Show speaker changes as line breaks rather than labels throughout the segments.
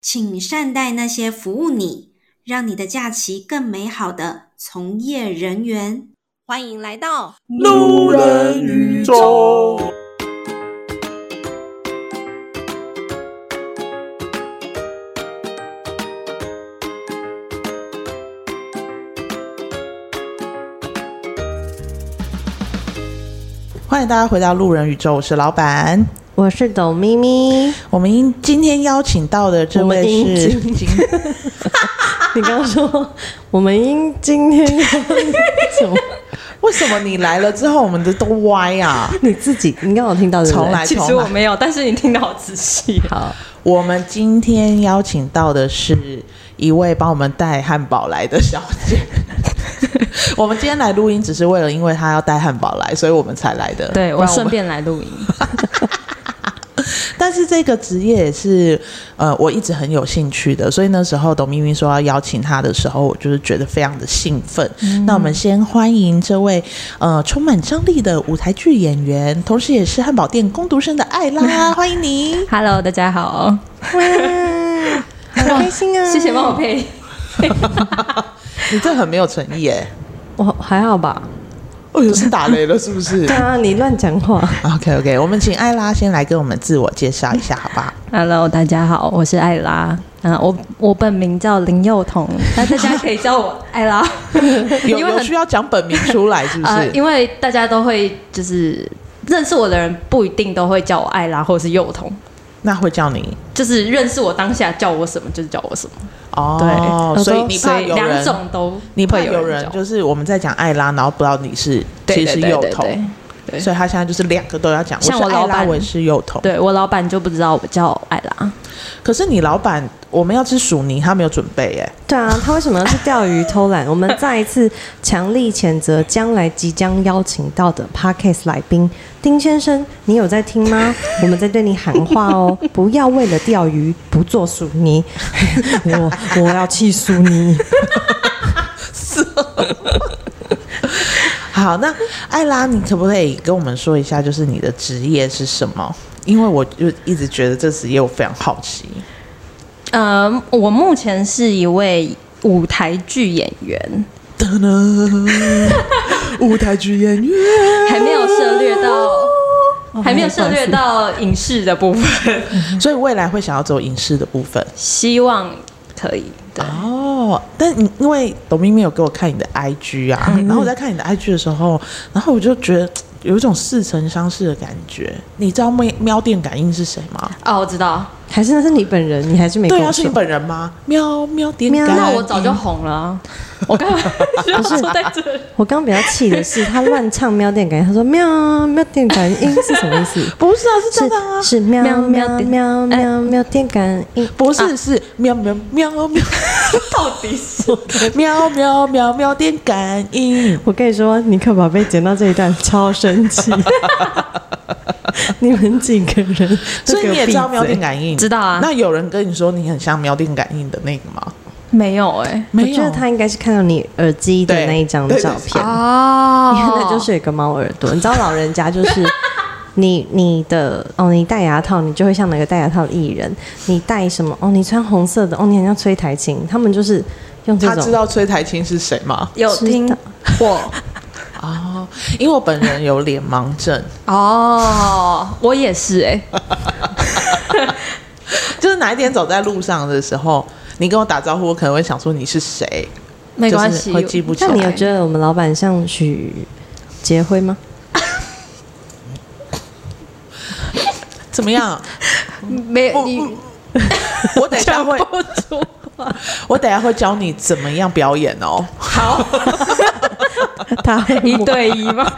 请善待那些服务你，让你的假期更美好的从业人员。欢迎来到
路人宇宙。欢迎大家回到路人宇宙，我是老板。
我是董咪咪，
我们今今天邀请到的这
我们
位是
应今， 你刚刚说我们应今天要什么？
为什么你来了之后，我们的都歪啊？
你自己应该有听到对不对
重来，
其
重
实我
来。
没有，但是你听得好仔细啊。
好，
我们今天邀请到的是一位帮我们带汉堡来的小 姐。我们今天来录音，只是为了因为她要带汉堡来，所以我们才来的。
对
不
我
然
顺
们。
便来录音，
但是这个职业也是呃，我一直很有兴趣的，所以那时候董咪咪说要邀请她的时候，我就是觉得非常的兴奋。
嗯
那我们先欢迎这位呃充满张力的舞台剧演员，同时也是汉堡店工读生的艾 拉，欢迎你。
Hello，大家好，
好开心啊！
谢谢帮我配。
你这很没有诚意耶！
我还好吧？
哎
哦呦，是打雷了是不是
对啊，你乱讲话。
？OK OK，我们请艾拉先来跟我们自我介绍一下，好不好？
Hello，大家好，我是艾拉。啊，我我本名叫林幼彤，那大家可以叫我 艾拉，
有
因 为
有
很
需要讲本名出来 是不
啊，
是？
因为大家都会就是认识我的人不一定都会叫我艾拉或者是幼彤，
那会叫你
就是认识我当下叫我什么就是叫我什么，
哦，
对
所以你怕
所以
有
两
人
种都
你怕
会
有人
人叫我
就是我们在讲艾拉，然后不知道你是
对
其
对
实
对
幼
对对
童，
对
所以他现在就是两个都要讲。
像
我
我
是艾
老
拉，
板
我也是幼童。
对我老板就不知道我叫艾拉，
可是你老板，我们要吃薯泥，他没有准备耶。
对啊，他为什么要去钓鱼偷懒？我们再一次强力谴责将来即将邀请到的 Parkes 来宾丁先生，你有在听 吗？我们在对你喊话哦，不要为了钓鱼不做薯泥，我 我要气薯泥。
好，那艾拉，你可不可以跟我们说一下，就是你的职业是什么？因为我就一直觉得这职业我非常好奇。
呃，我目前是一位舞台剧演员，
噔 噔，舞台剧演员，哦
还没有涉猎到，还没有涉猎到影视的部分，
所以未来会想要走影视的部分。
希望可以的。
哦，但你因为董明明有给我看你的 IG 啊，然后我在看你的 IG 的时候，然后我就觉得嘖有一种似曾相识的感觉。你知道喵喵电感应是谁吗？
哦，我知道，
还是那是你本人，你还是没跟
对
我
啊，是
说
你。本人吗？喵喵电
喵
感应，嗯
那我早就红了 啊，我干嘛需要坐在这里？
我刚刚比较气的是，他乱唱喵电感应，他说喵喵电感应是什么意思？
不是啊，是
是
真的啊，
是喵
喵
喵
喵
喵喵喵电感应，
不是、是喵喵喵喵
到底是
喵喵喵喵电感应。
我跟你说，尼克宝贝剪到这一段超生气，你们几个人，
所以你也知道喵电
应。
感应，
知道啊
那有人跟你说你很像喵电感应的那个吗？
没有哎？
我
没
觉得
有，
他应该是看到你耳机的那一张
对对
照
对
片，
哦
因为那就是有一个猫耳朵。你知道老人家就是 你你的哦，你戴牙套，你就会像哪个戴牙套的艺人；你戴什么哦，你穿红色的哦，你很像吹台琴。他们就是用这
他知
种，
道崔台青是谁吗？
有听
知道
过
哦，因为我本人有脸盲症，
哦，我也是哎，
就是哪一天走在路上的时候，你跟我打招呼，我可能会想说你是谁，
没关
就是
系，
会记不起
那
来
你有觉得我们老板像许杰辉吗？
怎么样？
没你
我等一下
讲
会，
不出话。
我等一下会教你怎么样表演哦，
好，
他 会
一对一吗？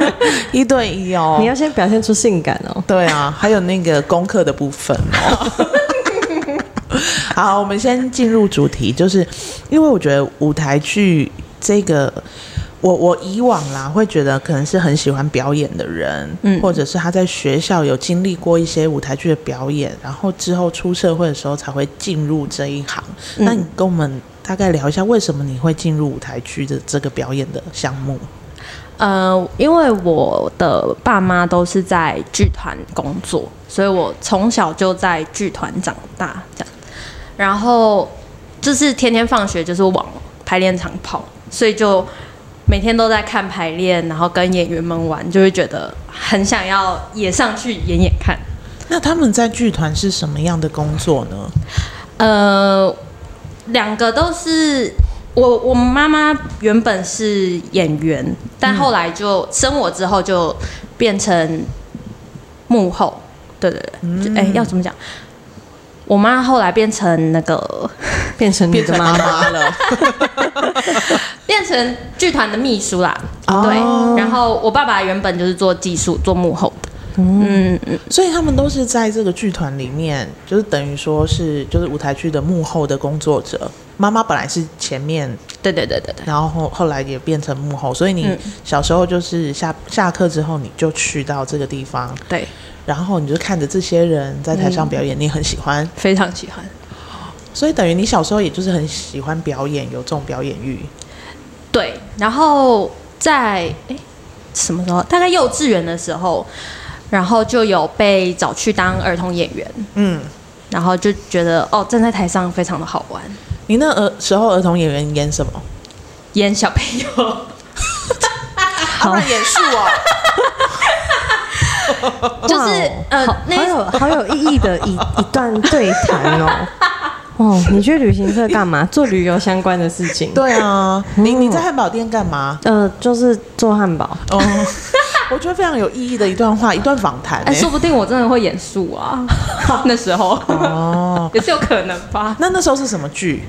一对一哦
你。要先表现出性感哦。
对啊，还有那个功课的部分哦。 好，我们先进入主题，就是因为我觉得舞台剧这个，我我以往啦会觉得可能是很喜欢表演的人，嗯，或者是他在学校有经历过一些舞台剧的表演，然后之后出社会的时候才会进入这一行。那你跟我们大概聊一下，为什么你会进入舞台剧的这个表演的项目？
呃，因为我的爸妈都是在剧团工作，所以我从小就在剧团长大，这样。然后就是天天放学就是往排练场跑，所以就每天都在看排练，然后跟演员们玩，就会觉得很想要也上去演演看。
那他们在剧团是什么样的工作呢？
呃，两个都是我我妈妈原本是演员，但后来就生我之后就变成幕后。对对对，就哎、要怎么讲？我妈后来变成那个
变成你
变
的
成
妈
妈
妈，
妈了，
变成剧团的秘书啦。
哦
对，然后我爸爸原本就是做技术、做幕后的。嗯，嗯
所以他们都是在这个剧团里面，就是等于说是就是舞台剧的幕后的工作者。妈妈本来是前面，
对对对对对，
然后后后来也变成幕后，所以你
嗯
小时候就是下下课之后你就去到这个地方，
对，
然后你就看着这些人在台上表演，你很喜欢，
非常喜欢。
所以等于你小时候也就是很喜欢表演，有这种表演欲。
对，然后在诶什么时候？大概幼稚园的时候，然后就有被找去当儿童演员，
嗯，
然后就觉得哦，站在台上非常的好玩，
你那儿时候儿童演员演什么？
演小朋 友。
好，演树哦。
就是呃
哦好
那
好有好有意义的一一段对谈哦。哦，你去旅行社干嘛？做旅游相关的事情。，
对 啊，你
嗯
你在汉堡店干嘛？
呃，就是做汉堡。
哦， 我觉得非常有意义的一段话，一段访谈、
哎、
欸。
说不定我真的会演树啊，那时候
哦，
也是有可能吧。
那那时候是什么剧？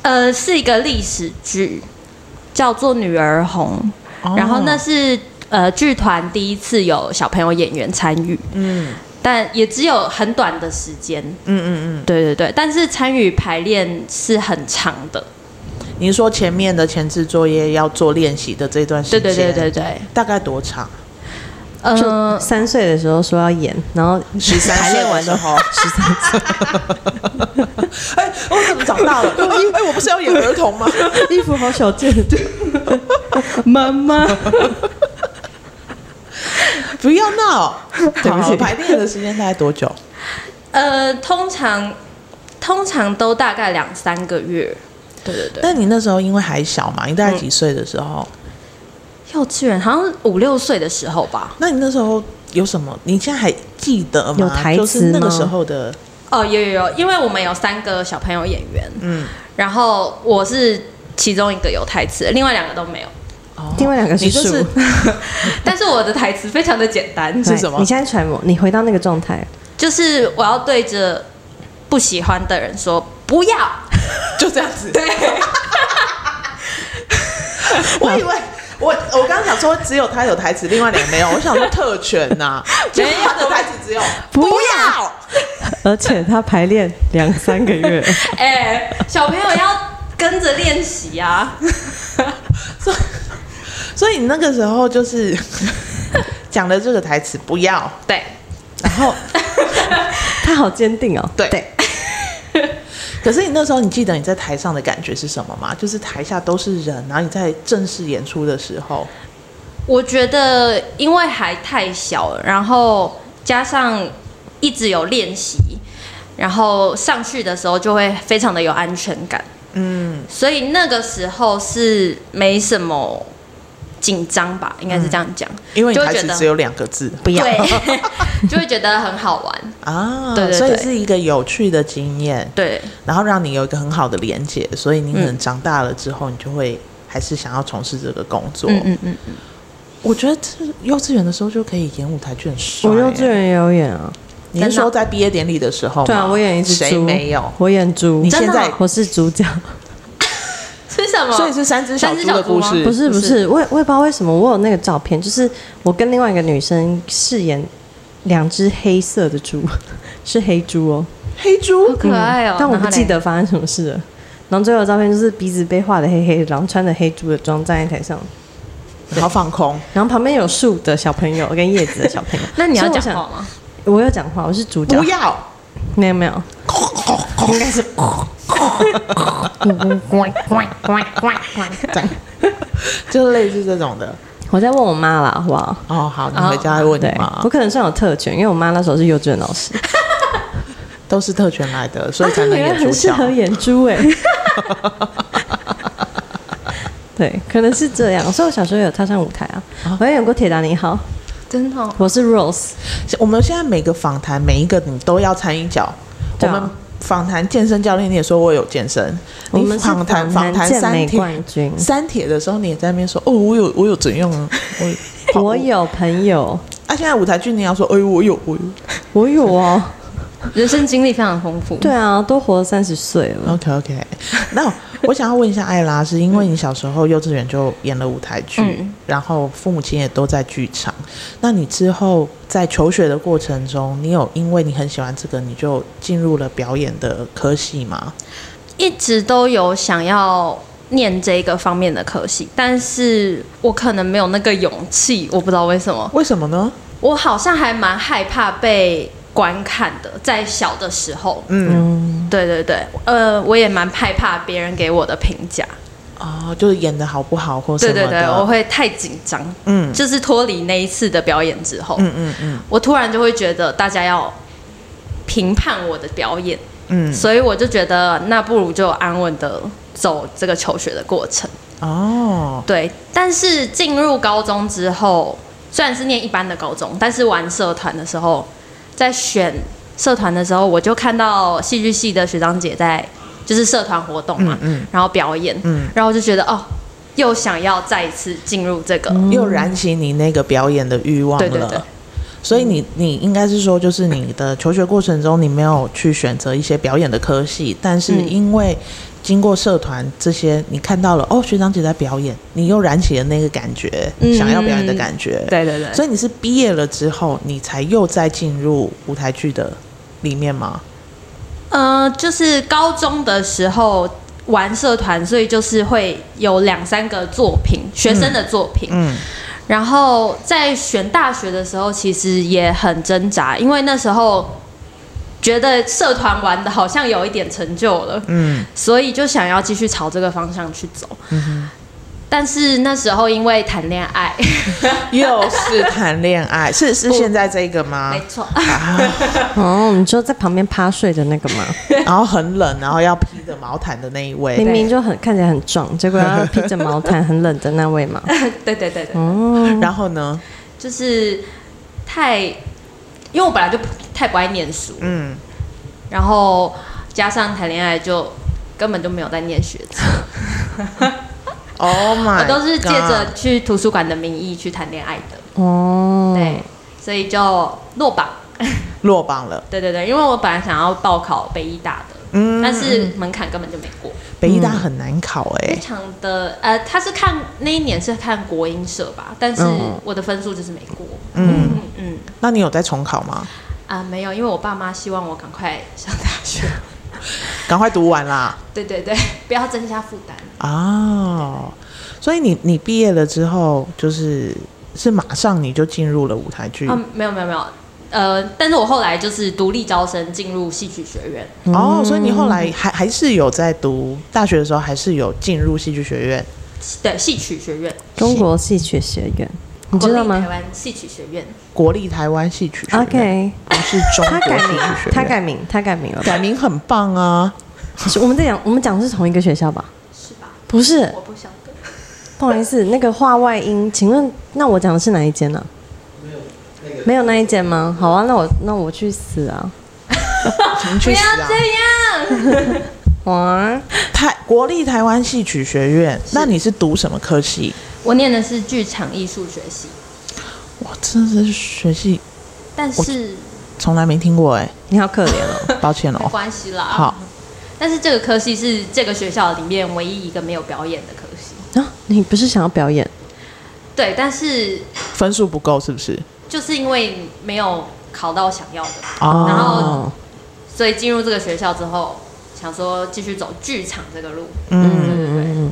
呃，是一个历史剧，叫做《女儿红》，
哦
然后那是呃剧团第一次有小朋友演员参与，
嗯
但也只有很短的时间。
嗯嗯
对对对，但是参与排练是很长的。
嗯，你说前面的前置作业要做练习的这段时
对
间，
对对对，对，
大概多长？
嗯
就，三岁的时候说要演，然后
十三
排练完
的
之
时
后，
候，
十三岁，
哎、我怎么长大了？ 哎、我不是要演儿童吗？
衣服好小件。
妈妈，
不要闹！
对不起
好排练的时间大概多久？
呃，通常通常都大概两三个月。对对嗯对，
但你那时候因为还小嘛，你大概几岁的时候？
幼稚园好像五六岁的时候吧。
那你那时候有什么？你现在还记得吗？
有台词
就是那个
吗
时候的，
哦，有有有，因为我们有三个小朋友演员，
嗯，
然后我是其中一个有台词，另外两个都没有。
哦
另外两个是
你就是
树
但是我的台词非常的简 单，
是什么
来你现在揣摩，你回到那个状态，
就是我要对着不喜欢的人说不要，
就这样子。
对，
我以为我我刚刚想说只有他有台词，另外两个没有。我想说特权 呐、就
没有
是他的台词只有
不
要。
而且他排练两三个月，
哎、小朋友要跟着练习啊。
所以所以你那个时候就是 讲的这个台词不要，
对，
然 后
他好坚定哦。
对。 可是你那时候，你记得你在台上的感觉是什么吗？就是台下都是人，然后你在正式演出的时候，
我觉得因为还太小了，然后加上一直有练习，然后上去的时候就会非常的有安全感，
嗯，
所以那个时候是没什么紧张吧，应该是这样讲，
嗯因为你
就会
台
觉
词
得
只有两个字
不要，
对， 就会觉得很好玩。
啊，
对对
所以
对
是一个有趣的经验。
对，
然后让你有一个很好的连接，所以你可能
嗯
长大了之后，你就会还是想要从事这个工作。
嗯嗯嗯，
我觉得这幼稚园的时候就可以演舞台剧，很帅
我
耶
幼稚，园也有演啊。
欸你是说在毕业典礼的时候吗？
对啊，我演一只
谁
猪，
没有？
我演猪。
你现在
真的哦
我是主角，
是什么？
所以是三只小猪的故
三只小猪
事，
吗
不是
不
不
是
是，我也我也不知道为什么我有那个照片，就是我跟另外一个女生饰演两只黑色的猪， 是黑猪哦，
黑猪
好可爱哦、
嗯但我
然
不
后嘞。
记得发生什么事了。然后最后的照片就是鼻子被画的黑黑的，然后穿着黑猪的装站在台上，
然后放空，
然后旁边有树的小朋友跟叶子的小朋友
那你要
所以我
讲
想
话吗？
我有讲话，我是主角
不，要。
没有没有，应 该是
就是类似这种的
我在问我妈啦，好不好？
哦，好，你回家再问你
对
妈，
我。可能算有特权，因为我妈那时候是幼稚园老师。
都是特权来的，所以才
他
能演主
女儿哦啊很适
角。
合演猪哎、 对，可能是这样，所以我小时候有踏上舞台啊，我也演过《铁达尼号》，
真的、哦，
我是 Rose，
我们现在每个访谈，每一个你都要参与角。我
对啊
们访谈健身教练，你也说我有健身。
我
你
们是
访谈
访
访
谈
谈
健美
三
冠
铁
军
三铁的时候，你也在那边说哦，我有我有怎样 啊？我有 跑步
我。有朋友，
啊，现在舞台剧你要说，哎呦，我有我有。
我有哦，
人生经历非常丰富。
对啊，都活了三十岁了，
OK OK，那 我想要问一下艾拉，是因为你小时候幼稚园就演了舞台剧，
嗯
然后父母亲也都在剧场，那你之后在求学的过程中，你有因为你很喜欢这个，你就进入了表演的科系吗？
一直都有想要念这个方面的科系，但是我可能没有那个勇气，我不知道为什么，
为什么呢？
我好像还蛮害怕被观看的，在小的时候，
嗯，
对对对，呃，我也蛮害怕别人给我的评价，
哦，就是演的好不好或什
对
么的，
对对，我会太紧张，
嗯
就是脱离那一次的表演之后，
嗯嗯嗯
我突然就会觉得大家要评判我的表演，
嗯，
所以我就觉得啊那不如就安稳的走这个求学的过程。
哦，
对，但是进入高中之后，虽然是念一般的高中，但是玩社团的时候，在选社团的时候，我就看到戏剧系的学长姐在就是社团活动嘛，
嗯嗯
然后表演，
嗯
然后我就觉得哦，又想要再一次进入这个，
又燃起你那个表演的欲望了。
对对对
所以你你应该是说，就是你的求学过程中，你没有去选择一些表演的科系，但是
嗯
因为经过社团这些，你看到了哦，学长姐在表演，你又燃起了那个感觉，
嗯
想要表演的感觉。，
对对对，
所以你是毕业了之后，你才又再进入舞台剧的里面吗？
呃，就是高中的时候玩社团，所以就是会有两三个作品，学生的作品，
嗯
然后在选大学的时候，其实也很挣扎，因为那时候觉得社团玩的好像有一点成就了，
嗯
所以就想要继续朝这个方向去走。
嗯
但是那时候因为谈恋爱，
哼， 又是谈恋爱，是是现在这个吗
没？错，
哦，你就在旁边趴睡的那个嘛，
然后很冷，然后要披着毛毯的那一位，
明明就很看起来很壮，结果要披着毛毯很冷的那位嘛，
对对对对，
嗯
然后呢？
就是太，因为我本来就不太不爱念书，
嗯，
然后加上谈恋爱就根本就没有在念学测，
Oh my，
我都是借
God
着去图书馆的名义去谈恋爱的，
哦，
对，所以就落榜。
落榜了。
对对对，因为我本来想要报考北医大的，
嗯
但是门槛根本就没过，
北医大很难考
嗯
哎、
非常的呃，他是看那一年是看国英社吧，但是
嗯
我的分数就是没过，
嗯
嗯嗯
那你有在重考吗？
啊、没有，因为我爸妈希望我赶快上大学，
赶快读完啦！
对对 对，不要增加负担，
哦，所以你你毕业了之后，就是是马上你就进入了舞台剧、
嗯
啊，没有没有没有。呃，但是我后来就是独立招生进入戏剧学院，
哦，所以你后来还还是有在读大学的时候，还是有进入戏剧学院。
对戏曲学院，
中国戏曲学院，你知道
国立台
吗
湾戏曲学院，
国立台湾戏曲学院
？OK，
不是中
他
国
改
戏
名
剧学，
他
院。
改名，他改名 了。
改名很棒啊！
是我们在讲，我们讲的是同一个学校吧？
是吧？
不是，
我不晓得，
不好意思，那个话外音，请问那我讲的是哪一间呢、没有那一间吗？好啊，那我那我去死啊！
请去死啊！
哇，
台国立台湾戏曲学院，那你是读什么科系？
我念的是剧场艺术学系，
哇，真的是学系
但是
从来没听过 哎、
你好可怜哦！
抱歉
没
哦。
关系啦。
好，
但是这个科系是这个学校里面唯一一个没有表演的科系。
啊，你不是想要表演？
对，但是
分数不够是不是？
就是因为没有考到想要的，
哦
然后所以进入这个学校之后，想说继续走剧场这个路。
嗯，
嗯，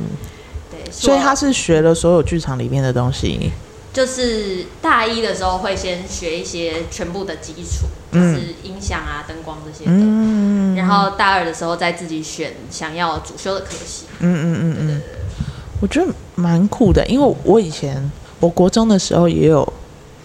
对，是
所以
我
他是学了所有剧场里面的东西。
就是大一的时候会先学一些全部的基础，就是音响啊、灯光这些的。
嗯
然后大二的时候再自己选想要主修的科系。
嗯嗯嗯嗯，我觉得蛮酷的，因为我以前我国中的时候也有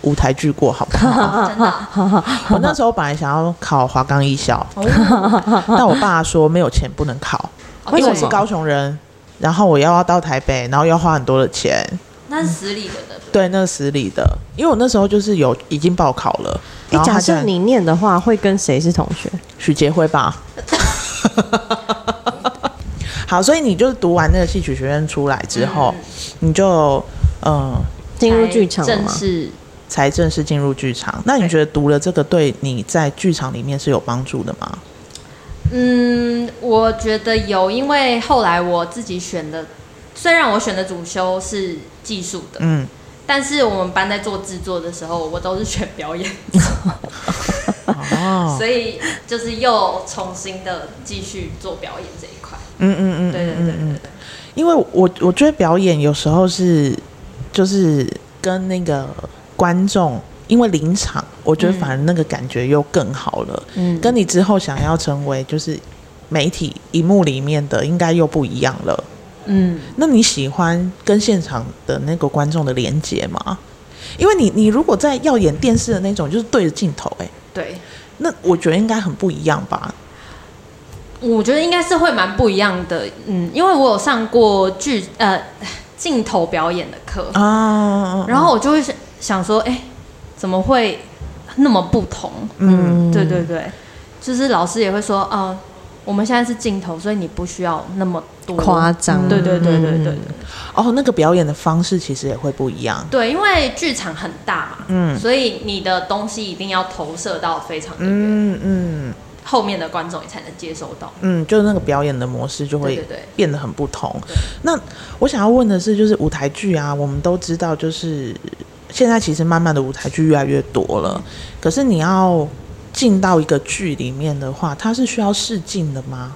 舞台剧过，好不 好？
真的，
我那时候本来想要考华冈艺校，
哦
但我爸说没有钱不能考，因为我是高雄人，然后我又要到台北，然后要花很多的钱。
那是实力的的。
对，那个私立的，因为我那时候就是有已经报考了。
哎、
然后
假
他竟
设
然
你念的话，会跟谁是同学？
许杰辉 吧。好，所以你就是读完那个戏曲学院出来之后，你就嗯
进入剧场了
正
吗？
式
才正式进入剧场。那你觉得读了这个对你在剧场里面是有帮助的吗？
嗯，我觉得有，因为后来我自己选的，虽然我选的主修是技术的，
嗯，
但是我们班在做制作的时候，我都是选表演，
哦，
所以就是又重新的继续做表演这一块。
嗯嗯嗯，
对对对对对，
因为我我觉得表演有时候是就是跟那个观众，因为临场，我觉得反而那个感觉又更好了。嗯，跟你之后想要成为就是媒体荧幕里面的，应该又不一样了。
嗯，
那你喜欢跟现场的那个观众的连接吗？因为你你如果在要演电视的那种，就是对着镜头、欸，哎，
对，
那我觉得应该很不一样吧。
我觉得应该是会蛮不一样的，嗯，因为我有上过剧呃镜头表演的课，
啊，
然后我就会想想说，哎、怎么会那么不同？
嗯，
对对对，就是老师也会说，哦、我们现在是镜头，所以你不需要那么多
夸。张，
嗯对对对对对对对
哦，那个表演的方式其实也会不一样。
对，因为剧场很大嘛，
嗯
所以你的东西一定要投射到非常的远，
嗯嗯
后面的观众也才能接收到。
嗯，就是那个表演的模式就
对
会
对对，
变得很不同。那我想要问的是，就是舞台剧啊，我们都知道，就是现在其实慢慢的舞台剧越来越多了，可是你要进到一个剧里面的话，它是需要试镜的吗？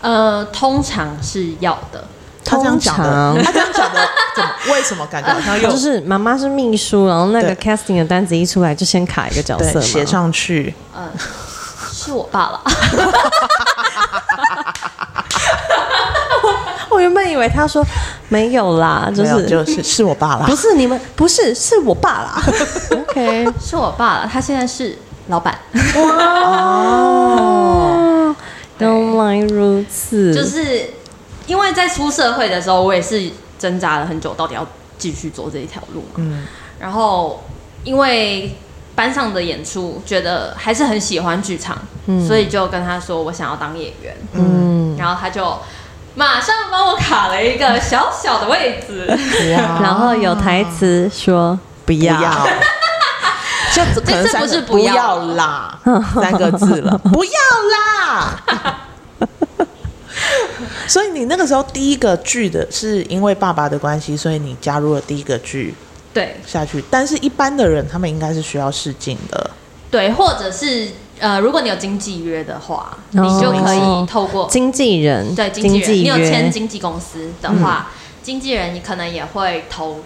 呃，通常是要的，
他这样讲的，
通常
他这样讲的，怎么为什么感觉好像又
就是妈妈是秘书，然后那个
对
casting 的单子一出来，就先卡一个角
对
色嘛。
写上去？
嗯、是我爸 了。
我哦原本以为他说没有啦，就
没有
是
就是是我爸啦
不。是你们不是是我爸啦。OK，
是我爸了，他现在是老板，
嗯
哦，原来如此，
就是因为在出社会的时候，我也是挣扎了很久，到底要继续走这一条路嘛。
嗯
然后因为班上的演出，觉得还是很喜欢剧场，所以就跟他说我想要当演员，
嗯，
然后他就马上帮我卡了一个小小的位置。
哇
然后有台词说不
不
要，
要。这样子可能
这
三
不
个
是
不
不要
要 啦，三个字 了，不要啦。 所以你那个时候第一个剧的是因为爸爸的关系，所以你加入了第一个剧
对
下去。但是一般的人他们应该是需要试镜的，
对，或者是呃，如果你有经纪约的话，
哦
你就可以透过
经纪人
哦对经纪人，你有签经纪公司的话，经纪人你可能也会投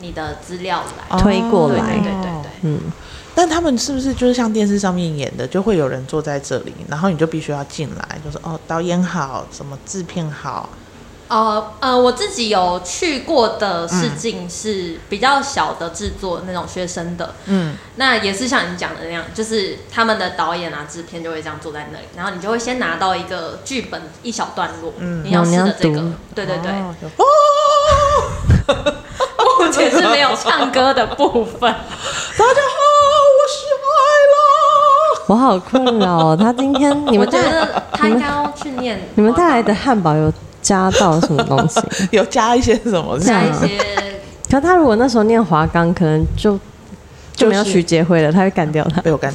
你的资料来。
推过
对
来
对对对对，
嗯，
哦但他们是不是就是像电视上面演的，就会有人坐在这里，然后你就必须要进来，就是哦，导演好，什么制片好，
呃呃，我自己有去过的试镜是比较小的制作那种学生的，
嗯，
那也是像你讲的那样，就是他们的导演啊、制片就会这样坐在那里，然后你就会先拿到一个剧本一小段落，
嗯
你要试
然后
的
你要
这个
读，
对对对，
哦就哦
目前是没有唱歌的部分，
大家好，我是艾拉。
我好困扰哦。他今天你
我
们
觉
带
得他应该要去念
你们带来的汉堡有加到什么东西？
有加一些什么？
加一些
可他如果那时候念华冈，可能就就没有
就是
徐杰辉了，他会干掉他。
被我干。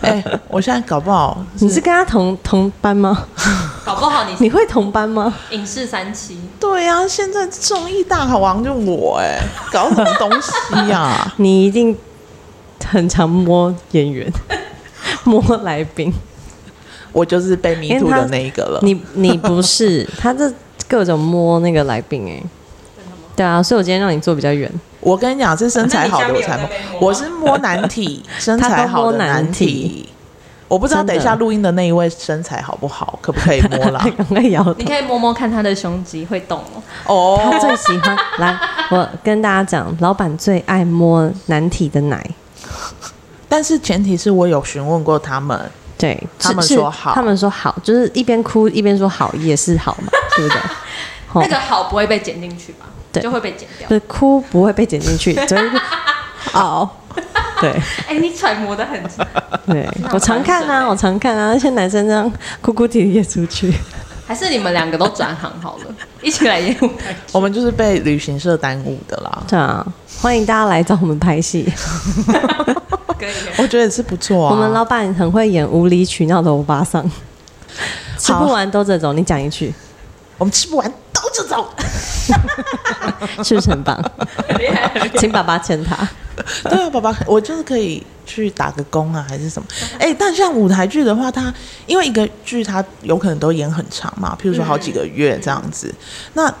哎、我现在搞不好
你是跟他同同班 吗？
搞不好你
你会同班吗？
影视三期，
对呀、现在综艺大王就我哎、搞什么东西呀、
你一定很常摸演员， 摸来宾。
我就是被迷
因
住
为他
的那一个了。
你你不是他这各种摸那个来宾哎、对啊，所以我今天让你坐比较远，
我跟你讲，是身材好的我才摸，我是摸男 体，身材好的男
他都摸
体。我不知道
真的
等一下录音的那一位身材好不好，可不可以摸啦
他？ 赶快摇头
你。可以摸摸看他的胸肌会动哦。
哦，
他最喜欢来，我跟大家讲，老板最爱摸男体的奶，
但是前提是我有询问过他们，
对，
他
是
们
是
说好
他们说好，就是一边哭一边说好也是好嘛，对不对？好
那个好不会被剪进去吧？
对
就会被剪掉
就。是哭不会被剪进 去，只会好。 对
哎、你揣摩的很精，
对，我常看啊，我常看啊，那些男生这样哭哭啼啼的 出去，
还是你们两个都转行好了，一起来演舞台剧。
我们就是被旅行社耽误的啦。
对啊，欢迎大家来找我们拍戏。
可以可以
我觉得也是不错啊。
我们老板很会演无理取闹的欧巴桑，吃不完都这种，你讲一句，
我们吃不完都这种，
是不是 很棒？
很厉害，很厉害
请爸爸签他。
对啊，爸爸，我就是可以去打个工啊，还是什么？
嗯
哎、但像舞台剧的话，它因为一个剧它有可能都演很长嘛，譬如说好几个月这样子。
嗯
那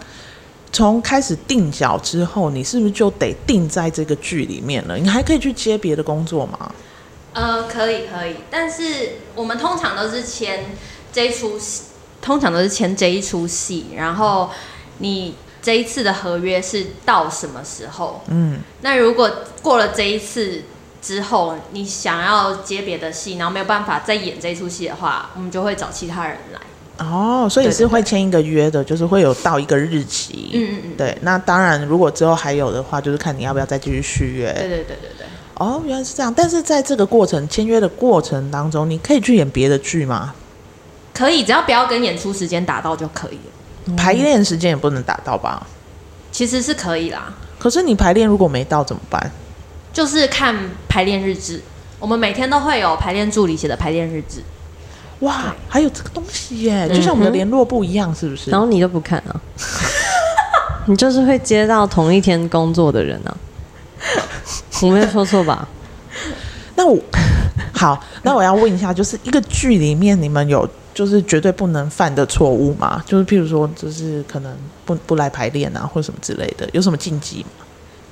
从开始定角之后，你是不是就得定在这个剧里面了？你还可以去接别的工作吗？
呃，可以可以，但是我们通常都是签这一出戏，通常都是签这一出戏，然后你这一次的合约是到什么时候？
嗯，
那如果过了这一次之后，你想要接别的戏，然后没有办法再演这一出戏的话，我们就会找其他人来。
哦，所以是会签一个约的，就是会有到一个日期。
嗯嗯嗯，
对，那当然，如果之后还有的话，就是看你要不要再继续续约。
对对对对对。
哦，原来是这样。但是在这个过程签约的过程当中，你可以去演别的剧吗？
可以，只要不要跟演出时间打到就可以了。
嗯
排练时间也不能达到吧？
其实是可以啦，
可是你排练如果没到怎么办？
就是看排练日志。我们每天都会有排练助理写的排练日志，
哇，还有这个东西耶，就像我们的联络簿一样，是不是？
嗯然后你都不看啊， 你就是会接到同一天工作的人啊。我没有说错吧？
那我 好，那我要问一下，就是一个剧里面你们有就是绝对不能犯的错误吗？就是譬如说，就是可能不不来排练啊，或什么之类的，有什么禁忌吗？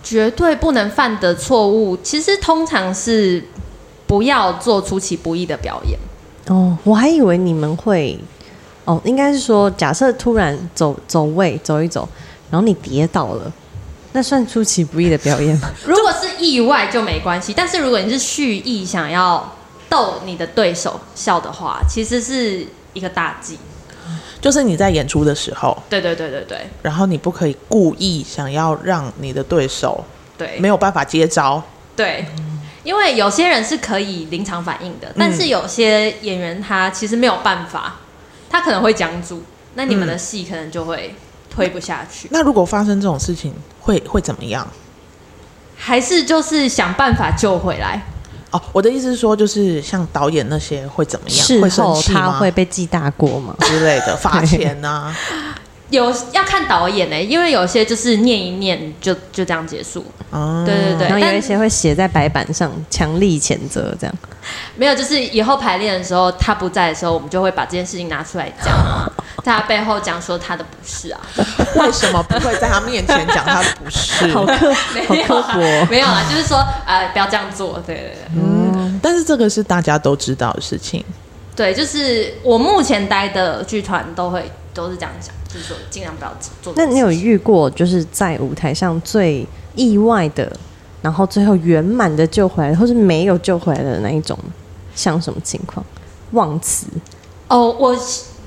绝对不能犯的错误，其实通常是不要做出其不意的表演。
哦，我还以为你们会哦，应该是说，假设突然走走位走一走，然后你跌倒了，那算出其不意的表演吗？
如果是意外就没关系，但是如果你是蓄意想要逗你的对手笑的话，其实是一个大忌。
就是你在演出的时候，
对对对对对
然后你不可以故意想要让你的对手
对，
哎
没有办法接招，
对，因为有些人是可以临场反应的，但是有些演员他其实没有办法，他可能会僵住，那你们的戏可能就会
嗯
推不下去。
那如果发生这种事情，会会怎么样？
还是就是想办法救回来。
哦，我的意思是说，就是像导演那些会怎么样？
事
会生
后
气
他
吗？
会被记大过吗？
之类 的，罚钱啊呐、
有要看导演呢、因为有些就是念一念就就这样结束，
啊。
对对对
嗯然后有
但
一些会写在白板上，强力谴责这样。
没有就是以后排练的时候他不在的时候，我们就会把这件事情拿出来 讲啊，在他背后讲说他的不是啊，
对，为什么不会在他面前讲他不 是？
没有
刻薄
啊，没有啊，就是说呃不要这样做，对对对。
嗯但是这个是大家都知道的事 情。
对，就是我目前待的剧团都会都是这样讲，就是说尽量不要做。
那你有遇过就是在舞台上最意外的，然后最后圆满的救回来，或是没有救回来的那一种，像什么情况？忘词，
哦，我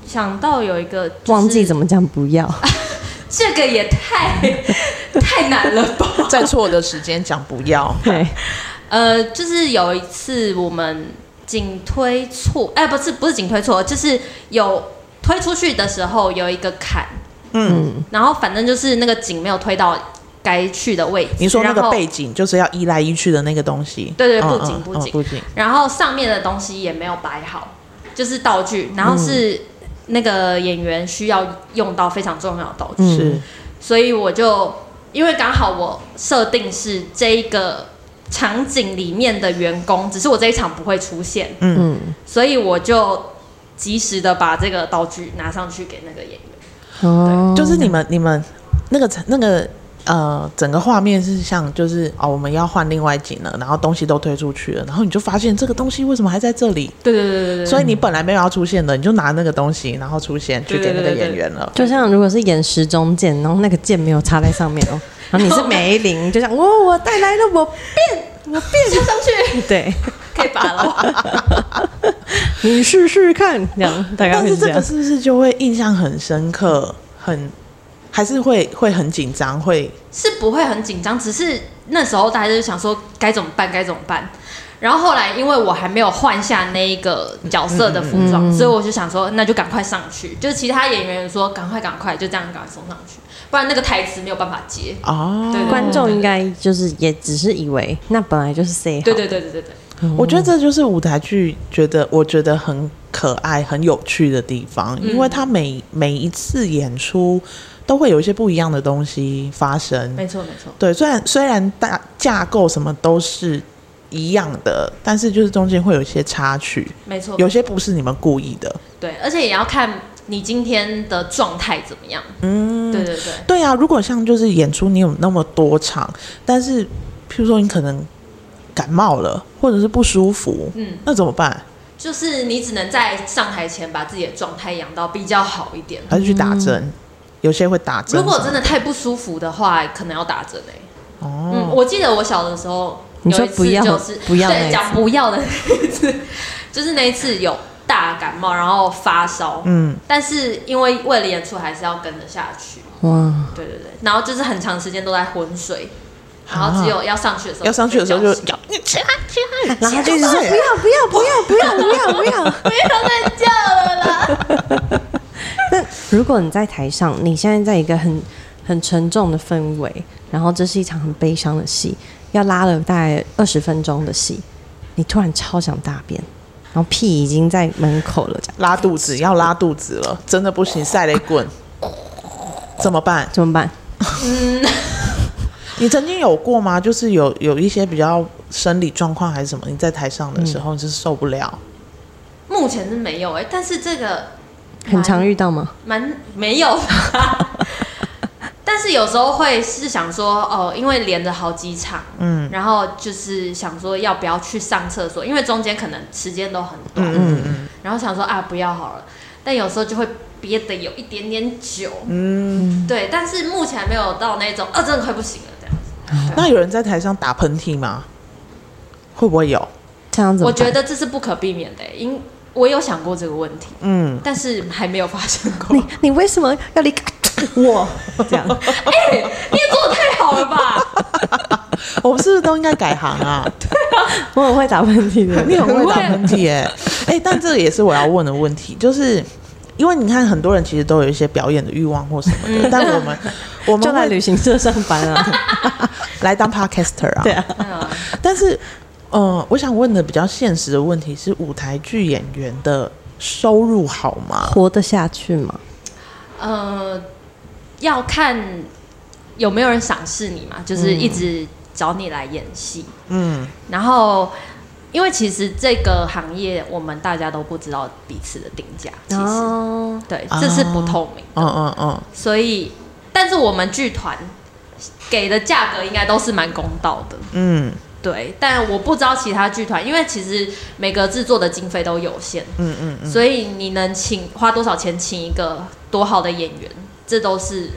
想到有一个、
忘记怎
么，
么讲不要，
这个也太 太难了吧？
在错的时间讲不要，
对，
呃，就是有一次我们紧推错，哎、不是不是紧推错，就是有推出去的时候有一个坎，
嗯，
然后反正就是那个紧没有推到该去的位置。
你说那
然
个
后
背景就是要依来依去的那个东西，
对对
嗯
布景
嗯
布景
嗯布景，
然后上面的东西也没有摆好，就是道具，然后
嗯
是那个演员需要用到非常重要的道具，
嗯
是
所以我就因为刚好我设定是这一个场景里面的员工，只是我这一场不会出现，
嗯，
所以我就及时的把这个道具拿上去给那个演员。
哦，
就是你们你们那个那个呃，整个画面是像就是哦，我们要换另外景了，然后东西都推出去了，然后你就发现这个东西为什么还在这里？
对对对对对
所以你本来没有要出现的，你就拿那个东西，然后出现去给那个演员了。
就像如果是演时钟键，然后那个键没有插在上面哦，然后你是 梅林，就像哦，我带来了我变，我变上去，对，
太拔了。
你试试看，这样大概
但
会
是
这
这
样
个。是不是就会印象很深刻，很还是会会很紧张，会
是不会很紧张，只是那时候大家就想说该怎么办，该怎么办。然后后来因为我还没有换下那一个角色的服装，所以我就想说那就赶快上去，就是其他演员说赶快赶快，就这样赶快送上去，不然那个台词没有办法接。
哦。
对
观众应该就是也只是以为那本来就是 C
对对对对对对，
我觉得这就是舞台剧觉得我觉得很可爱、很有趣的地方，
嗯
因为它每每一次演出都会有一些不一样的东西发生。
没错没错。
对，虽然虽然大架构什么都是一样的，但是就是中间会有一些插曲，
没错，
有些不是你们故意的。
对，而且也要看你今天的状态怎么样。嗯，对对对，
对啊，如果像就是演出你有那么多场，但是譬如说你可能感冒了，或者是不舒服，
嗯，
那怎么办？
就是你只能在上台前把自己的状态养到比较好一点。
还是去打针？有些会打针。
嗯如果真的太不舒服的话，可能要打针哎、嗯，
哦，
我记得我小的时候，
你说
有一次
不要
就是
不要那一
对
次
讲不要的那一次， 就是那一次有大感冒，然后发烧，
嗯，
但是因为为了演出还是要跟着下去，
哇，
对对对，然后就是很长时间都在昏睡，然后只有要上去的时候
啊要上去的时候就
睡觉
要你起来，
然后他就一直说不要不要不要不要不要不要。
没有在叫了啦，
那如果你在台上，你现在在一个很很沉重的氛围，然后这是一场很悲伤的戏，要拉了大概二十分钟的戏，你突然超想大便，然后屁已经在门口了，这样
拉肚子，要拉肚子了，真的不行，晒雷棍，怎么办？
怎么办？
你曾经有过吗？就是有有一些比较生理状况还是什么，你在台上的时候就是受不了，
目前是没有哎、但是这个
很常遇到吗？
蛮没有吧，但是有时候会是想说，哦，因为连着好几场，
嗯
嗯，然后就是想说要不要去上厕所，因为中间可能时间都很短，
嗯嗯
然后想说啊不要好了，但有时候就会憋得有一点点久，
嗯。
对，但是目前还没有到那种啊真的快不行了这样子，
那有人在台上打喷嚏吗？嗯会不会有？
这样怎么
我
办？
觉得这是不可避免的，因我有想过这个问题，
嗯，
但是还没有发生 过。
你你为什么要离开我？这样
哎你也做的太好了吧？
我们是不是都应该改行 啊？
我很会打喷嚏 的。
你很会打喷嚏耶！哎、但这也是我要问的问题，就是因为你看很多人其实都有一些表演的欲望或什么的，但我 们我
就
们
来旅
会
行社上班啊，
来当 podcaster 啊，
对啊，
嗯
但是，呃，我想问的比较现实的问题是，舞台剧演员的收入好吗？
活得下去吗？
呃，要看有没有人赏识你嘛，就是一直找你来演戏。
嗯，
然后，因为其实这个行业我们大家都不知道彼此的定价，其实、
哦，
对，这是不透明的。
嗯嗯嗯，
所以，但是我们剧团给的价格应该都是蛮公道的。
嗯
对，但我不知道其他剧团，因为其实每个制作的经费都有限，
嗯嗯嗯，
所以你能请花多少钱请一个多好的演员，这都是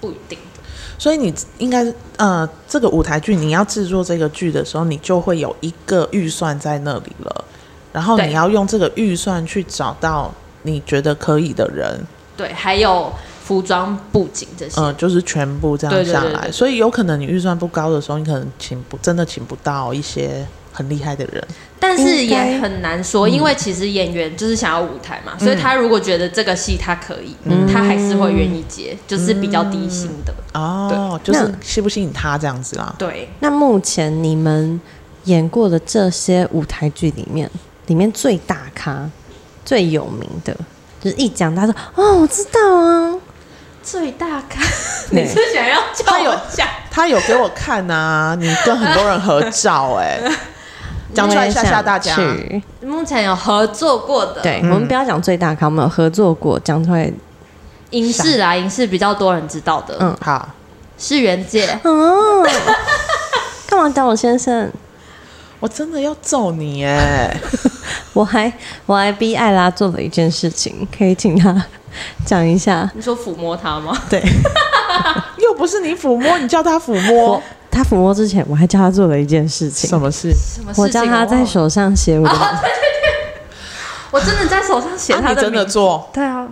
不一定的。
所以你应该呃，这个舞台剧你要制作这个剧的时候，你就会有一个预算在那里了，然后
对
你要用这个预算去找到你觉得可以的人，
对，还有服装、布景这些。
嗯、就是全部这
对
样
对对
下来。
对对
所以有可能你预算不高的时候，你可能请不真的请不到一些很厉害的人。
但是
应该
也很难说，因为其实演员就是想要舞台嘛，
嗯
所以他如果觉得这个戏他可以，他还是会愿意接，就是比较低薪的。
哦，就是
那
吸不吸引他这样子啦。
对，
那目前你们演过的这些舞台剧里面，里面最大咖、最有名的，就是一讲大家说哦，我知道啊，
最大咖，
对
你是想要叫
他有
我讲？
他有给我看啊，你跟很多人合照哎、讲出来吓吓大家
我。也想去
目前有合作过的，
对，我们不要讲最大咖，我们有合作过，讲出来，
影视啦，影视比较多人知道的，
嗯
好，
是原 界，
哦， 干嘛叫我先生？
我真的要揍你哎、
我还我还逼艾拉做了一件事情，可以请她讲一下。
你说抚摸他吗？
又不是你抚摸，你叫他抚摸
我，他抚摸之前，我还教他做了一件事情
什，么事？啊
什么事情啊哦
我教他
忘
在
了
手上写 我的，
我真的在手上写
啊
他
你真的
名字，
做，
对啊，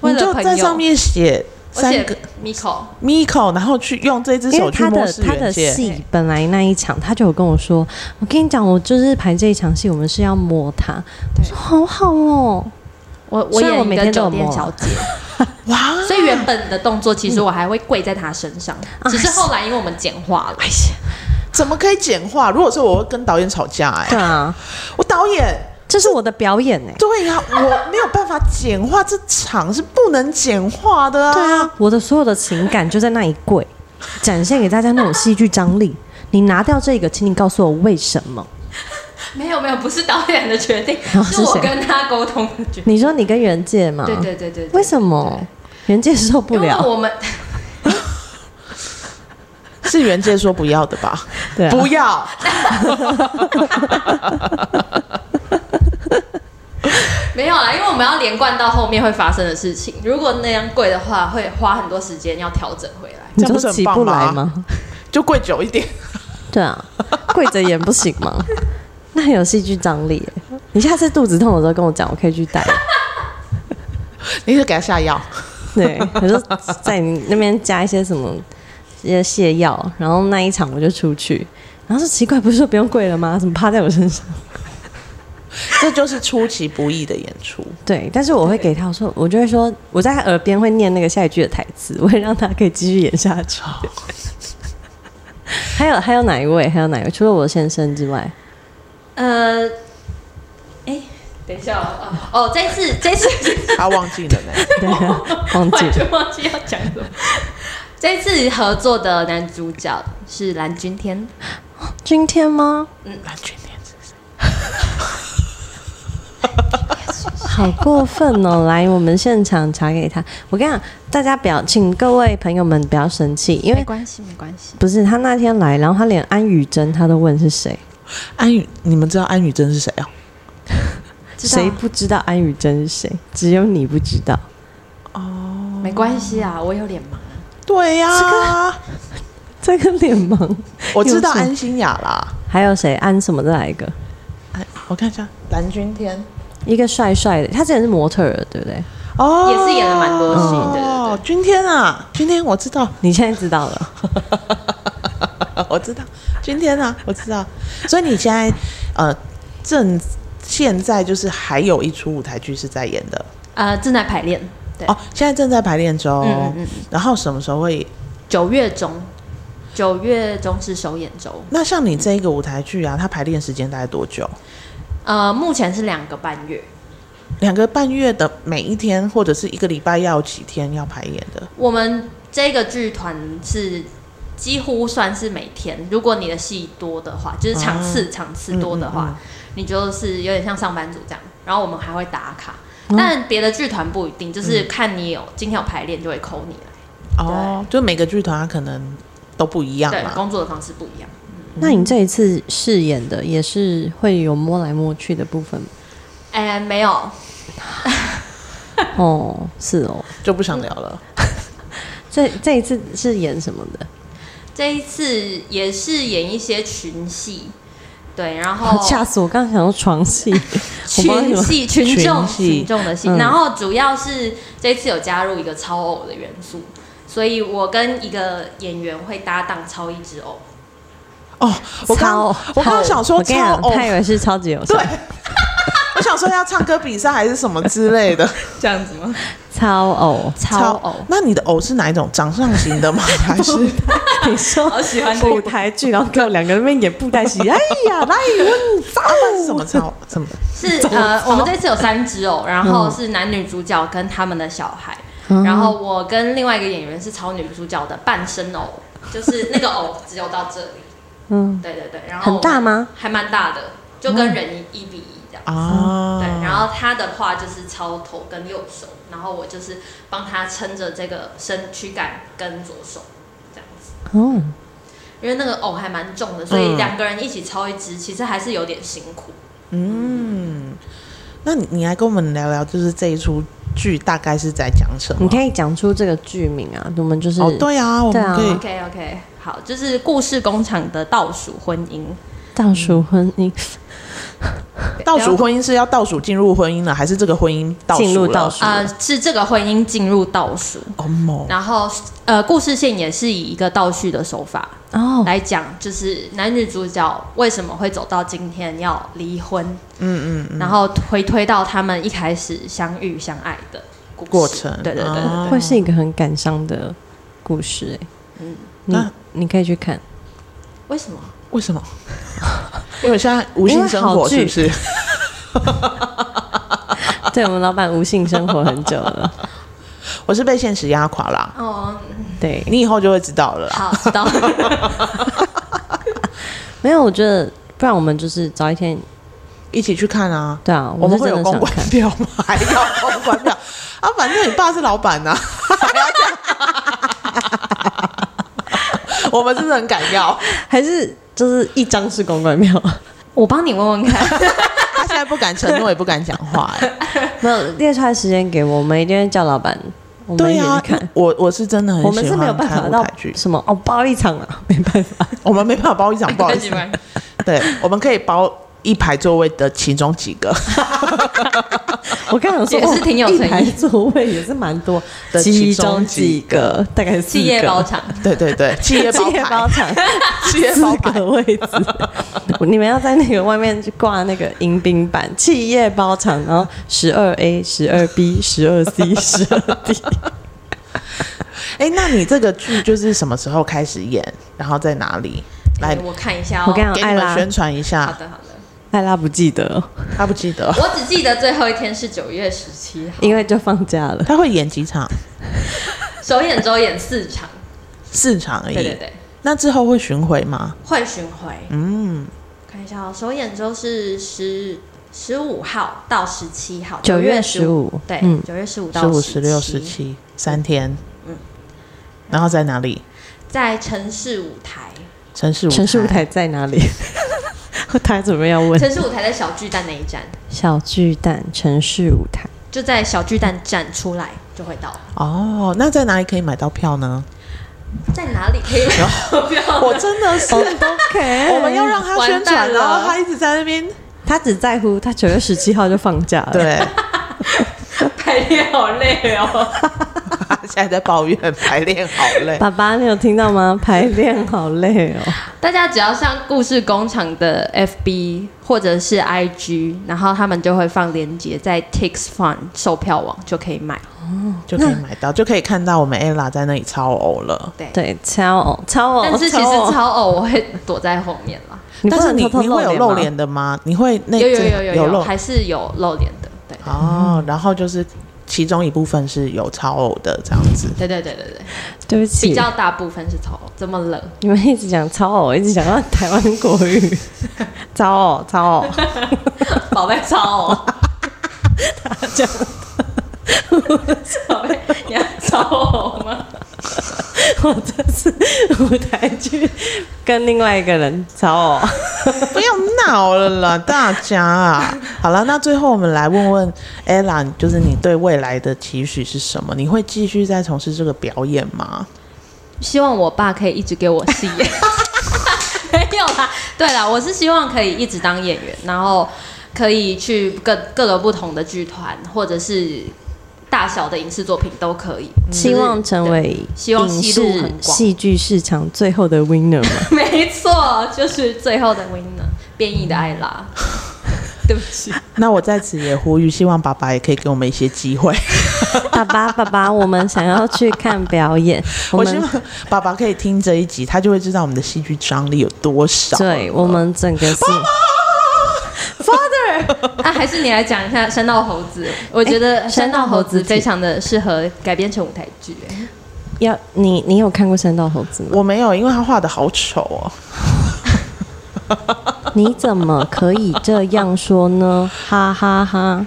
为
你
了
就
朋
在上
友，
面写
我
三
写
个
Miko，
Miko，然后去用这只
因
手
为
去
他
摸
的
世
他的
元界。
戏本来那一场他就有跟我说，我跟你讲，我就是排这一场戏，我们是要摸他，我说好好哦，
我我
虽然我
演
每
一
天
个
都有
酒店
摸啊
小姐，
哇，
所以原本的动作其实我还会跪在他身上，只是后来因为我们简化了，
怎么可以简化？如果说我会跟导演吵架、
对
哎，
啊，
我导演，
这是我的表演哎、
对呀、我没有办法简化，这场是不能简化的啊。
对啊，我的所有的情感就在那一柜，展现给大家那种戏剧张力。你拿掉这个，请你告诉我为什么？
没有没有，不是导演的决定，
哦
是嗯
是
我
谁
跟他沟通的决定，
你说你跟袁介嘛？
对对对对，对
为什么袁介受不
因为
了？
我们
是袁界说不要的吧？
对、啊，
不要，
没有啦，因为我们要连贯到后面会发生的事情。如果那样跪的话，会花很多时间要调整回来。
你
这样
就
不是很
起
棒
不来
吗
吗？
就跪久一点。
对啊，跪着演不行 吗？那很有戏剧张力耶。你下次肚子痛的时候跟我讲，我可以去带。
你是给他下药，
对，我就在你那边加一些什么一些泻药，然后那一场我就出去。然后说奇怪，不是说不用跪了吗？怎么趴在我身上？
这就是出其不意的演出。
对，但是我会给他我说，我就会说我在他耳边会念那个下一句的台词，我会让他可以继续演下 去。还有还有哪一位？还有哪一位？除了我先生之外，
呃，哎，等一下哦，哦，这 次这次
他忘记了呢。
对啊， 忘记
完
了。
全忘记要讲什么。这次合作的男主角是蓝钧天，
今天吗？
蓝俊天子
好过分哦！ 来，我们现场查给他。我跟你讲，大家不要，请各位朋友们不要生气，因
没
为
关系，没关系。
不是他那天来，然后他连安宇珍他都问是谁，
安宇，你们知道安宇真是谁啊？
知道
谁不知道安宇珍是谁？只有你不知道。
没关系啊，我有脸盲。
对呀、
这个脸盲，
我知道
又是
安心雅啦。
还有谁？安什么再来一个？
哎，我看一下蓝钧天
一个帅帅的，他之前是模特儿，对不对？
哦，
也是演了蛮多戏对对对
哦，钧天啊，钧天我知道，
你现在知道了，
我知道，钧天啊，我知道。所以你现在呃正现在就是还有一出舞台剧是在演的
呃，正在排练，对，
哦，现在正在排练
哦
中。
嗯嗯嗯
然后什么时候会？
九月中，九月中是首演周，
那像你这一个舞台剧啊，它排练时间大概多久？
呃，目前是两个半月。
两个半月的每一天，或者是一个礼拜要有几天要排演的？
我们这个剧团是几乎算是每天，如果你的戏多的话，就是场次、场次多的话，你就是有点像上班族这样。然后我们还会打卡，但别的剧团不一定，就是看你有、今天有排练就会扣你来，
哦，就每个剧团它可能都不一样
对，
嘛。
工作的方式不一样。
那你这一次饰演的也是会有摸来摸去的部分吗
哎、没有，
哦，是哦。
就不想聊了。
这这一次是演什么的？
这一次也是演一些群戏，对，然后
吓死我！刚刚想说床 戏，我帮你们
群 戏、群众、
群戏
群众的戏，
嗯
然后主要是这次有加入一个超偶的元素，所以我跟一个演员会搭档超一之偶，
哦，我刚
超
我刚刚想说
我跟你
超
讲，
偶，
他以为是超级偶像，
对，我想说要唱歌比赛还是什么之类的。
这样子吗？
超偶。
超偶，
那你的偶是哪一种？掌上型的吗？还是
你说
好喜欢这个
舞台剧，然后跟我两个人在那边演布袋戏，哎呀，来问
啊那 是什么超什么？
是呃，我们这次有三只偶，然后是男女主角跟他们的小孩，然后我跟另外一个演员是超女主角的半身偶，就是那个偶只有到这里，
嗯，
对对对，然后
很大吗？
还蛮大的，就跟人一一比一这样。
嗯
啊？
对，然后他的话就是抄头跟右手，然后我就是帮他撑着这个身躯干跟左手这样子，
哦，
因为那个偶还蛮重的，所以
嗯
两个人一起抄一支，其实还是有点辛苦。
嗯，那你你来跟我们聊聊，就是这一出剧大概是在讲什么
你？可以讲出这个剧名啊，我们就是、
哦，对啊，我
对
们
啊
可以
OK OK，好，就是故事工厂的倒数婚姻，
倒数婚姻
倒数婚姻是要倒数进入婚姻了，还是这个婚姻倒数
进入
了
倒数
呃，是这个婚姻进入倒数，
哦某
然后呃，故事线也是以一个倒叙的手法
哦，
来讲，就是男女主角为什么会走到今天要离婚，嗯嗯然后回推到他们一开始相遇相爱的故事
过程
对对对对
哦
对
会是一个很感伤的故事哎、嗯，
那
你你可以去 看，
为什么？
为什么？ 因为现在无性生活是不是？
对我们老板无性生活很久了，
我是被现实压垮啦，
哦，
对，
你以后就会知道了啦。
好，知道。
没有，我觉得不然我们就是早一天，
一起去看啊！
对啊，
我
是
们会有
真的
公
想
关
看，
票吗？ 还要公关票啊？反正你爸是老板呐、 啊，还要这样我们是不是很敢要？
还是就是一张是公关票，
我帮你问问 看，
他现在不敢承诺，也不敢讲话、哎
没有列出来时间给我，我们一定会叫老板，我们
对
一起
呀、
去
啊
看。，
我我是真的很
我们
喜
是没有
欢
办法
看舞
到
台剧，
什么哦，包一场啊，没办法。
我们没办法包一 场，不好意思
没。关系
对，我们可以包一排座位的其中几 个，
我刚想说
也是挺有
哦一
诚意
排座位也是蛮多
的其中几
个，大概四
企业
个
包场，
对对对，企业包
企业包
牌，
场
企业包
四
牌，
个位置，你们要在那个外面去挂那个迎宾板，企业包场，然后十二 A、十二 B、十二 C、十二 D，
哎、那你这个剧就是什么时候开始演，然后在哪里？来
哎，我看一下哦。
我跟你讲
给你
艾
们
拉
宣传一
好
下。
的好的，
艾拉不记得哦，
他不记得，
我只记得最后一天是九月十七号，
因为就放假了。
他会演几场？
首演周演四场，
四场而已。
对对对，
那之后会巡回吗？
会巡回。
嗯，
看一下哦，首演周是十十五号到十七号，
9月
15
15
对
嗯，
九月十五到
十五、十六、十
17，
七三天。然后在哪里？
在城市舞台，
城市舞台。
城市舞台 在哪里？他准备要问
城市舞台在小巨蛋那一站，
小巨蛋城市舞台。
就在小巨蛋站出来就会到。
哦，那在哪里可以买到票呢？
在哪里可以买票？
我真的是，
OK，
哦我们要让他宣传，
完蛋了
然后他一直在那边。
他只在乎他九月十七号就放假了。，
对，
排练好累哦。
他现在在抱怨排练好 累。
爸爸，你有听到吗？排练好累哦。
大家只要上故事工厂的 FB 或者是 IG，然后他们就会放链接在 Tix Fun 售票网就可以买。
就可以买到，就可以看到我们 ella 在那里超偶了。
对，
对，超偶超
哦
偶，
但是其实
超偶，
超偶我会躲在后面啦。
你不
但是
能
你
偷偷
你会有露
露
脸
吗。
的吗？你会那
有有
这
有有有
露
还是有露脸的，对。
嗯
哦，然后就是其中一部分是有超偶的这样 子。
对对对对对，
对不起，
比较大部分是超偶，怎么了？
你们一直讲超偶，一直讲到台湾国语， 超偶超偶，
宝贝超偶，宝贝，你要超偶吗？
我这是舞台剧跟另外一个人超偶。
不要闹了啦，大家啊！好了，那最后我们来问问 ella，就是你对未来的期许是什么？你会继续再从事这个表演吗？
希望我爸可以一直给我戏演。没有啦，对啦，我是希望可以一直当演员，然后可以去各各个不同的剧团，或者是大小的影视作品都可以。
希望成为
希望
影
戏路很
视
广
戏剧市场最后的 winner 嘛？
没错，就是最后的 winner 变异的艾拉。 对不起，
那我在此也呼吁，希望爸爸也可以给我们一些机会。
爸爸，爸爸，我们想要去看表 演， 我
我希
们
望爸爸可以听这一集，他就会知道我们的戏剧张力有多少。
对我们整个是
那、啊还是你来讲一下《山道猴子》，
哎
我觉得《山道猴子》非常的适合改编成舞台剧、哎
要你，你有看过《山道猴子》 吗？
我没有，因为他画的好丑哦。
你怎么可以这样说 呢？哈哈哈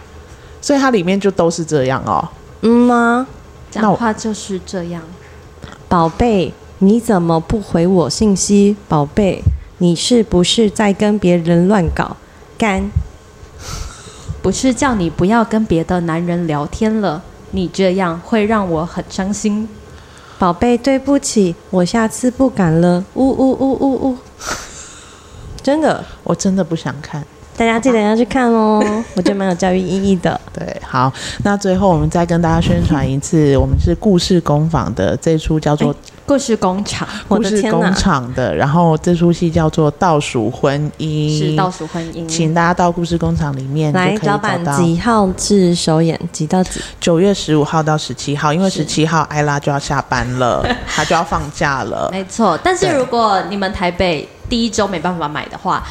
所以它里面就都是这样哦。
嗯吗？
那
讲
我
话就是这样。
宝贝，你怎么不回我信息？宝贝，你是不是在跟别人乱搞？干，
不是叫你不要跟别的男人聊天了，
你这样会让我很伤心。
宝贝，对不起，我下次不敢了。呜呜呜呜呜，真的，
我真的不想看。
大家记得要去看 哦，我觉得蛮有教育意义的。
对，好，那最后我们再跟大家宣传一次，我们是故事工坊的这出叫
哎
做《
故事工厂
我
故
的
事
天
工
哪！
厂》的，然后这出戏叫做《倒数婚姻》，
是倒数婚姻，
请大家到故事工厂里面就可
来
以，
老
找
板
到
几号至首演？几到几？
九月十五号到十七号，因为十七号艾拉就要下班 了，她就要放假了。
没错。但是
对
如果你们台北第一周没办法买的话，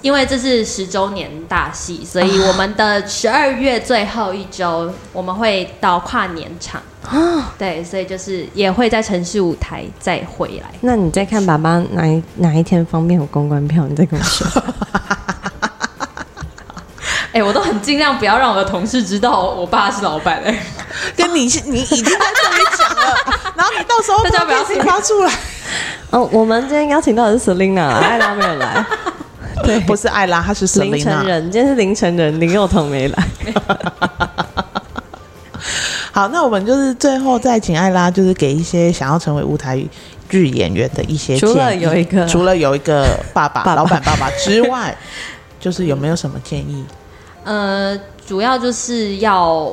因为这是十周年大戏，所以我们的十二月最后一周我们会到跨年场对，所以就是也会在城市舞台再回来。
那你再看爸爸哪一哪一天方便有公关票，你再跟我 说。
哎、我都很尽量不要让我的同事知道我爸是老板、哎，
跟你你已经在这里讲了，然后你到时候
大家不要
自己发出来，
哦，我们今天邀请到的是 Selina，啦艾拉没有 来，
对，不是艾拉，她是
凌晨
Selina。
人，今天是凌晨人，林佑彤没来。
好，那我们就是最后再请艾拉，就是给一些想要成为舞台剧演员的一些
除了
建议
有一个
除了有一个爸爸、
爸爸
老板、爸爸之外，就是有没有什么建议？
呃，主要就是要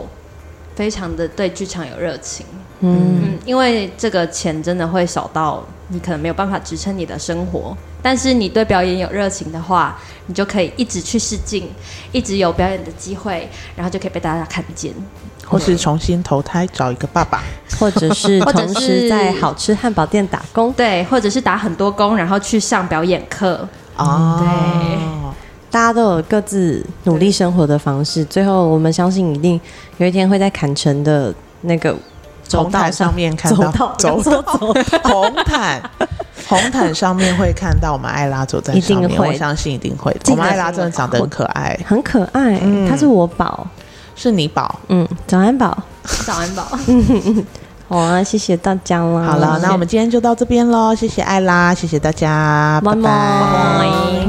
非常的对剧场有热情，
嗯，
嗯，因为这个钱真的会少到你可能没有办法支撑你的生活，但是你对表演有热情的话，你就可以一直去试镜，一直有表演的机会，然后就可以被大家看见。
或是重新投胎找一个爸爸？
或者是
或者
同时
是
在好吃汉堡店打工，
对，或者是打很多工，然后去上表演课。
嗯
哦，
大家都有各自努力生活的方式。最后，我们相信一定有一天会在坎城的那个走
红
道
毯上面看
走
到
道
走
走走，
红毯，红毯上面会看到我们艾拉走在
一定
上面，
会
我相信一定会的。
记
我
得
们艾拉真的长得很可爱，
很可爱。
嗯
他是我宝，
是你宝。
嗯，早安宝。
早安宝，
好啊，谢谢大家啦。
好了，那我们今天就到这边喽，谢谢艾拉，谢谢大家，
拜
拜拜。
拜。